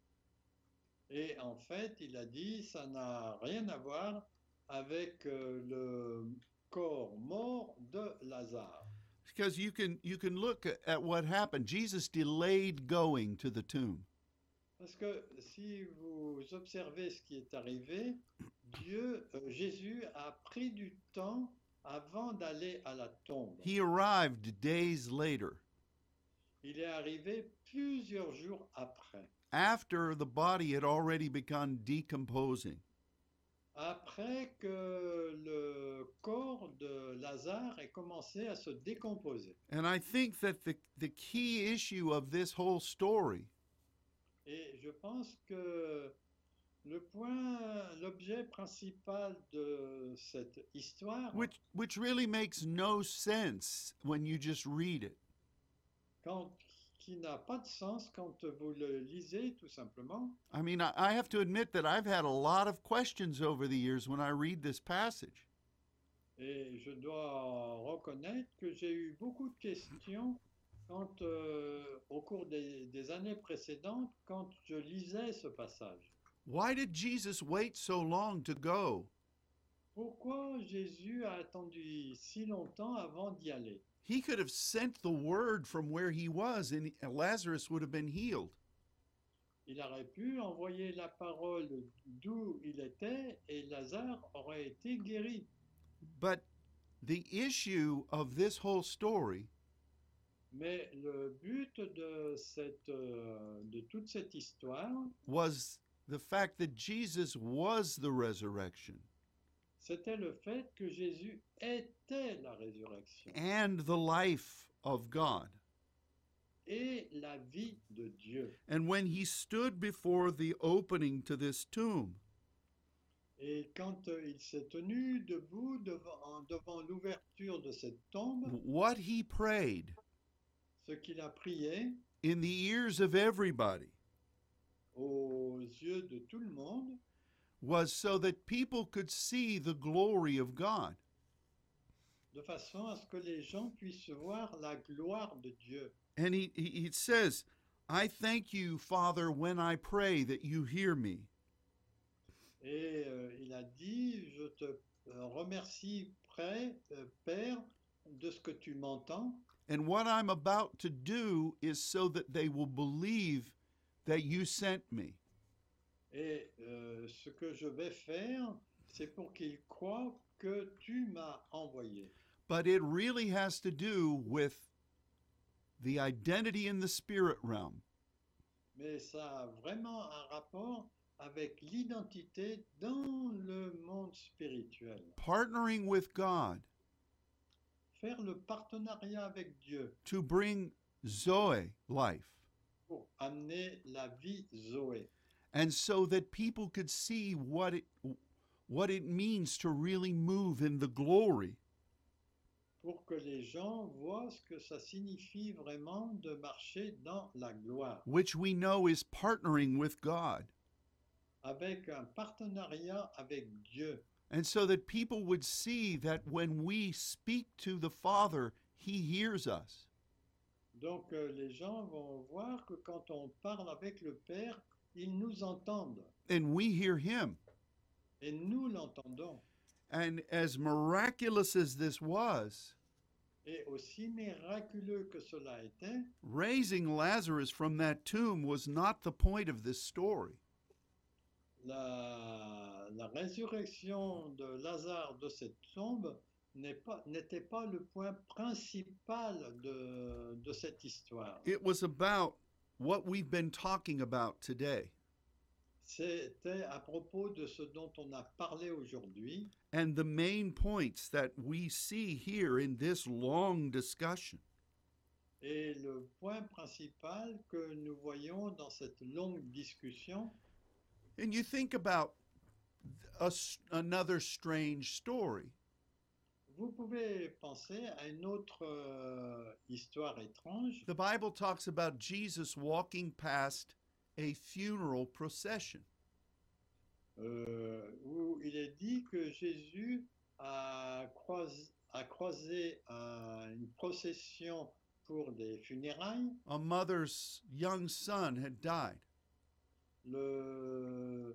Et en fait, il a dit, ça n'a rien à voir avec euh, le corps mort de Lazare.
Because you can you can look at what happened. Jesus delayed going to the tomb.
Parce que si vous observez ce qui est arrivé, Dieu, euh, Jésus a pris du temps avant d'aller à la tombe.
He arrived days later
Il est arrivé plusieurs jours après.
after the body had already begun decomposing.
après que le corps de Lazare ait commencé à se décomposer.
And I think that the, the key issue of this whole story
Et je pense que le point, l'objet principal de cette histoire,
which which really makes no sense when you just read it
quand- qui n'a pas de sens quand vous le lisez tout simplement,
i mean I, I have to admit that i've had a lot of questions over the years when i read this passage
et je dois reconnaître que j'ai eu beaucoup de questions quand, euh, au cours des- des années précédentes quand je lisais ce passage.
why did jesus wait so long to go
Pourquoi Jésus a attendu si longtemps avant d'y aller
he could have sent the word from where he was and lazarus would have been healed
Il aurait pu envoyer la parole d'où il était et Lazare aurait été guéri.
but the issue of this whole story
Mais le but de, cette, euh, de toute cette histoire,
was the fact that Jesus was the resurrection
c'était le fait que Jésus était la résurrection
and the life of God.
et la vie de Dieu.
And when he stood before the opening to this tomb,
Et quand euh, il s'est tenu debout devant, en- devant l'ouverture de cette tombe,
what he prayed
ce qu'il a prié
in the ears of everybody
aux yeux de tout le monde,
was so that people could see the glory of God.
de façon à ce que les gens puissent voir la gloire de Dieu.
And he, he, he says, I thank you, Father, when I pray that you hear me.
Et euh, il a dit, je te euh, remercie, près, euh, Père, de ce que tu m'entends.
And what I'm about to do is so that they will believe that you sent me.
Et euh, ce que je vais faire, c'est pour qu'ils croient que tu m'as envoyé.
But it really has to do with the identity in the spirit realm.
Mais ça a vraiment un rapport avec l'identité dans le monde spirituel.
Partnering with God
Faire le partenariat avec Dieu
to bring Zoe life.
pour amener la vie Zoé.
And so that people could see what it, what it means to really move in the glory.
pour que les gens voient ce que ça signifie vraiment de marcher dans la gloire,
which we know is partnering with God,
avec un partenariat avec Dieu,
and so that people would see that when we speak to the Father, He hears us.
Donc euh, les gens vont voir que quand on parle avec le Père, ils nous entendent
And we hear him.
et nous l'entendons.
And as miraculous as this was,
Et aussi miraculeux que cela était,
raising Lazarus from that tomb was not the point of this story.
la, la résurrection de Lazare de cette tombe n'est pas- n'était pas, le point principal de, de cette histoire.
It was about what we've been talking about today
C'était à propos de ce dont on a parlé aujourd'hui
and the main points that we see here in this long discussion.
et le point principal que nous voyons dans cette longue discussion.
And you think about a s another strange story.
Vous pouvez penser à une autre euh, histoire étrange.
The Bible talks about Jesus walking past a funeral procession.
euh, où il est dit que Jésus a croisé, a croisé un- une procession pour des funérailles.
A mother's young son had died,
Le,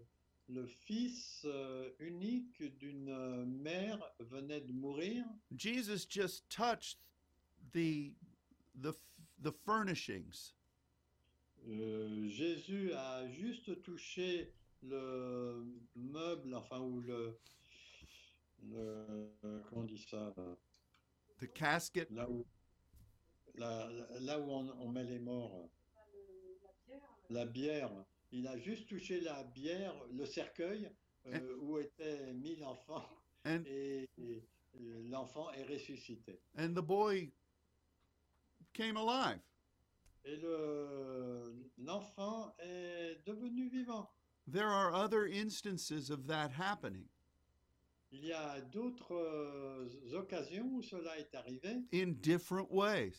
le fils euh, unique d'une euh, mère venait de mourir.
Jesus just touched the the f- the furnishings
Euh, Jésus a juste touché le meuble, enfin, ou le. le- comment on dit ça
the casket
Là où, là, là où on, on met les morts. La bière. Il a juste touché la bière, le cercueil euh, où était mis l'enfant,
and
et, et l'enfant est ressuscité.
and the boy came alive
Et le- l'enfant est devenu vivant.
there are other instances of that happening
Il y a d'autres euh, occasions où cela est arrivé
in different ways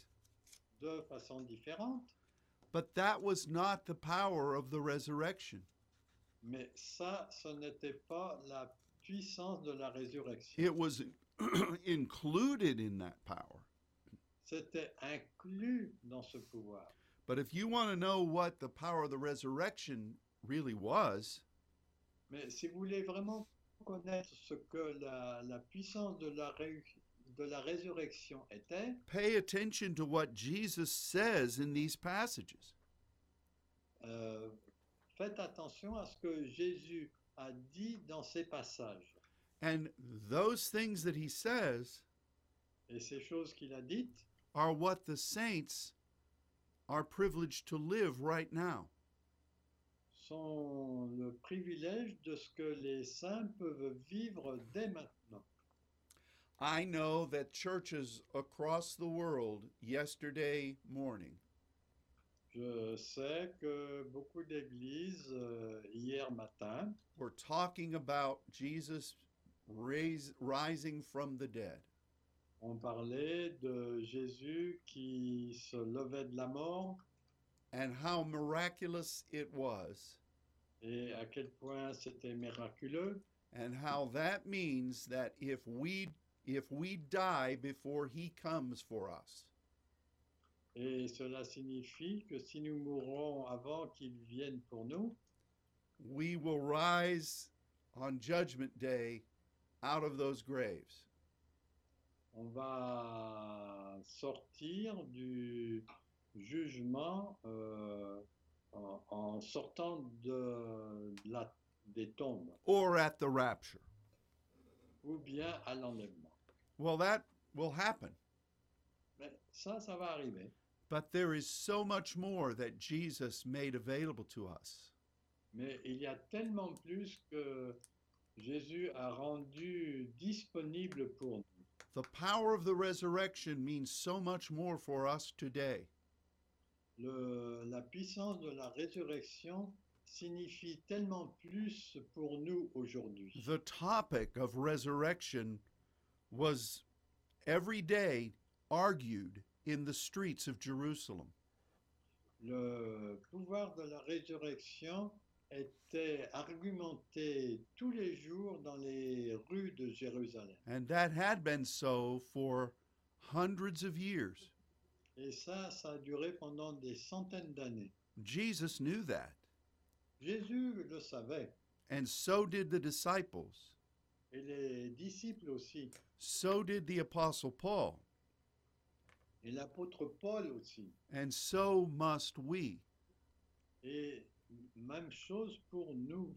de façon différente,
but that was not the power of the resurrection
mais ça, ce n'était pas la puissance de la résurrection.
it was [CLEARS THROAT] included in that power
C'était inclus dans ce pouvoir.
But if you want to know what the power of the resurrection really was,
Mais si vous voulez vraiment connaître ce que la, la puissance de la, ré- de la résurrection était,
pay attention to what Jesus says in these passages.
euh, faites attention à ce que Jésus a dit dans ces passages.
And those things that he says
Et ces choses qu'il a dites
are what the saints are privileged to live right now.
sont le privilège de ce que les saints peuvent vivre dès maintenant.
I know that churches across the world yesterday morning
Je sais que beaucoup d'églises euh, hier matin
were talking about Jesus raise, rising from the dead.
ont parlé de Jésus qui se levait de la mort
and how miraculous it was,
et à quel point c'était miraculeux
and how that means that if we if we die before he comes for us,
et cela signifie que si nous mourons avant qu'il vienne pour nous,
we will rise on judgment day out of those graves.
on va sortir du jugement euh, en, en sortant de, de la, des tombes
Or at the rapture.
ou bien à l'enlèvement.
Well, that will happen,
Mais ça, ça va arriver.
but there is so much more that Jesus made available to us.
Mais il y a tellement plus que Jésus a rendu disponible pour nous.
The power of the resurrection means so much more for us today.
Le- la puissance de la résurrection signifie tellement plus pour nous aujourd'hui.
the topic of resurrection was every day argued in the streets of Jerusalem.
Le pouvoir de la résurrection était argumenté tous les jours dans les rues de Jérusalem.
And that had been so for hundreds of years.
Et ça, ça a duré pendant des centaines d'années.
Jesus knew that,
Jésus le savait,
and so did the disciples.
et les disciples aussi,
So did the Apostle Paul,
et l'apôtre Paul aussi.
and so must we.
Et même chose pour nous.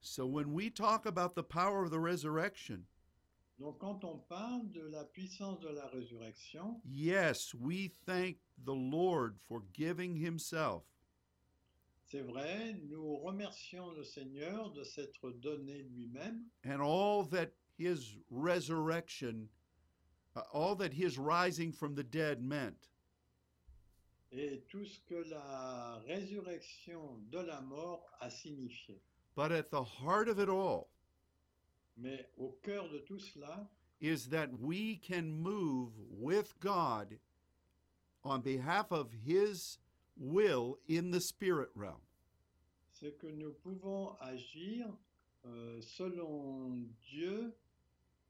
So when we talk about the power of the resurrection,
Donc quand on parle de la puissance de la résurrection,
yes, we thank the Lord for giving himself
C'est vrai, nous remercions le Seigneur de s'être donné lui-même
and all that his resurrection, uh, all that his rising from the dead meant.
et tout ce que la résurrection de la mort a signifié.
But at the heart of it all
Mais au cœur de tout cela,
is that we can move with God on behalf of his will in the spirit realm.
c'est que nous pouvons agir euh, selon Dieu,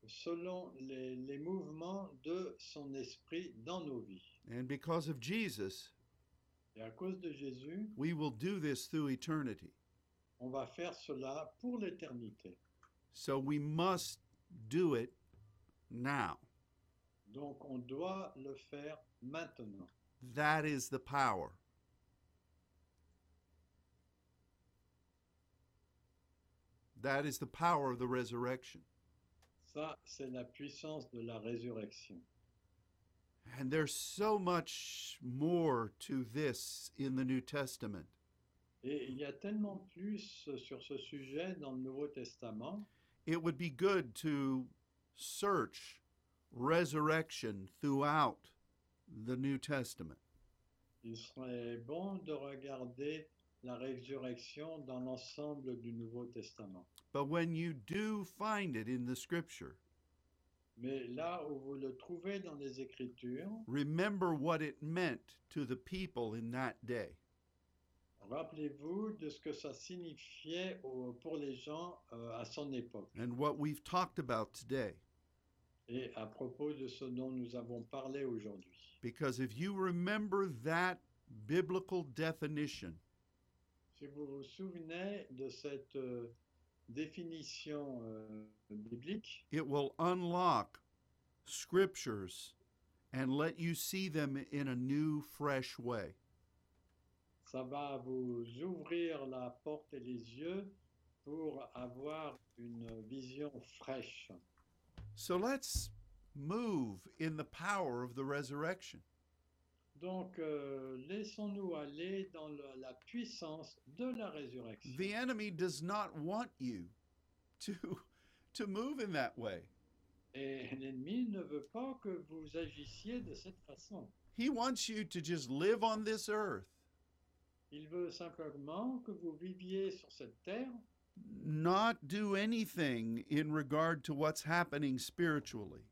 selon les, les mouvements de son esprit dans nos vies.
And because of Jesus,
Et à cause de Jésus,
we will do this through eternity.
on va faire cela pour l'éternité.
So we must do it now.
Donc on doit le faire maintenant.
That is the power. That is the power of the resurrection.
Ça, c'est la puissance de la résurrection.
And there's so much more to this in the New Testament.
Et il y a tellement plus sur ce sujet dans le Nouveau Testament.
It would be good to search resurrection throughout the New Testament.
Il serait bon de regarder la résurrection dans l'ensemble du Nouveau Testament.
But when you do find it in the scripture,
Mais là où vous le trouvez dans les Écritures,
remember what it meant to the people in that day.
rappelez-vous de ce que ça signifiait au- pour les gens euh, à son époque.
and what we've talked about today.
Et à propos de ce dont nous avons parlé aujourd'hui.
Because if you remember that biblical definition,
Si vous vous souvenez de cette euh, définition euh, biblique,
it will unlock scriptures and let you see them in a new, fresh way.
ça va vous ouvrir la porte et les yeux pour avoir une vision fraîche.
So let's move in the power of the resurrection.
Donc, euh, laissons-nous aller dans le- la puissance de la résurrection.
The enemy does not want you [LAUGHS] to, to move in that way.
Et l'ennemi ne veut pas que vous agissiez de cette façon.
He wants you to just live on this earth,
Il veut simplement que vous viviez sur cette terre
not do anything in regard to what's happening spiritually.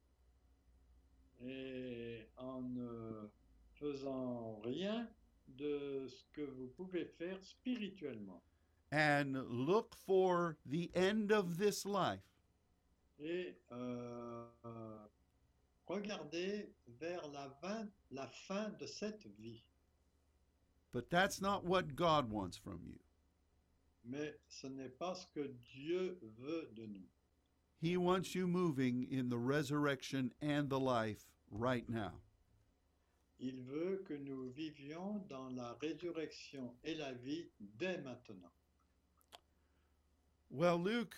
et en ne faisant rien de ce que vous pouvez faire spirituellement.
And look for the end of this life.
Et euh, euh, regardez vers la, vin- la fin de cette vie.
But that's not what God wants from you.
Mais ce n'est pas ce que Dieu veut de nous.
He wants you moving in the resurrection and the life right now.
Il veut que nous vivions dans la résurrection et la vie dès maintenant.
Well, Luke,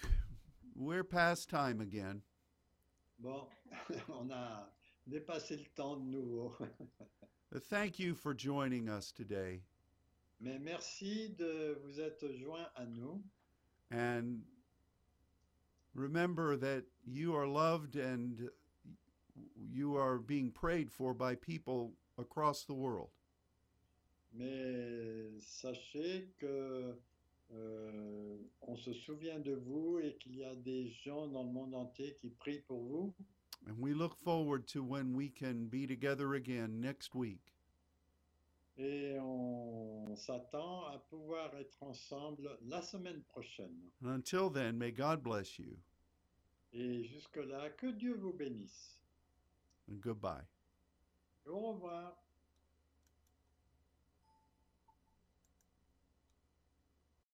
we're past time again.
Bon, [LAUGHS] on a dépassé le temps de nouveau. [LAUGHS]
Uh, Thank you for joining us today.
Mais merci de vous être joint à nous.
And remember that you are loved and you are being prayed for by people across the world.
Mais sachez que euh, on se souvient de vous et qu'il y a des gens dans le monde entier qui prient pour vous.
And we look forward to when we can be together again next week.
Et on s'attend à pouvoir être ensemble la semaine prochaine.
And until then, may God bless you
Et jusque-là, que Dieu vous bénisse.
and goodbye.
Au revoir.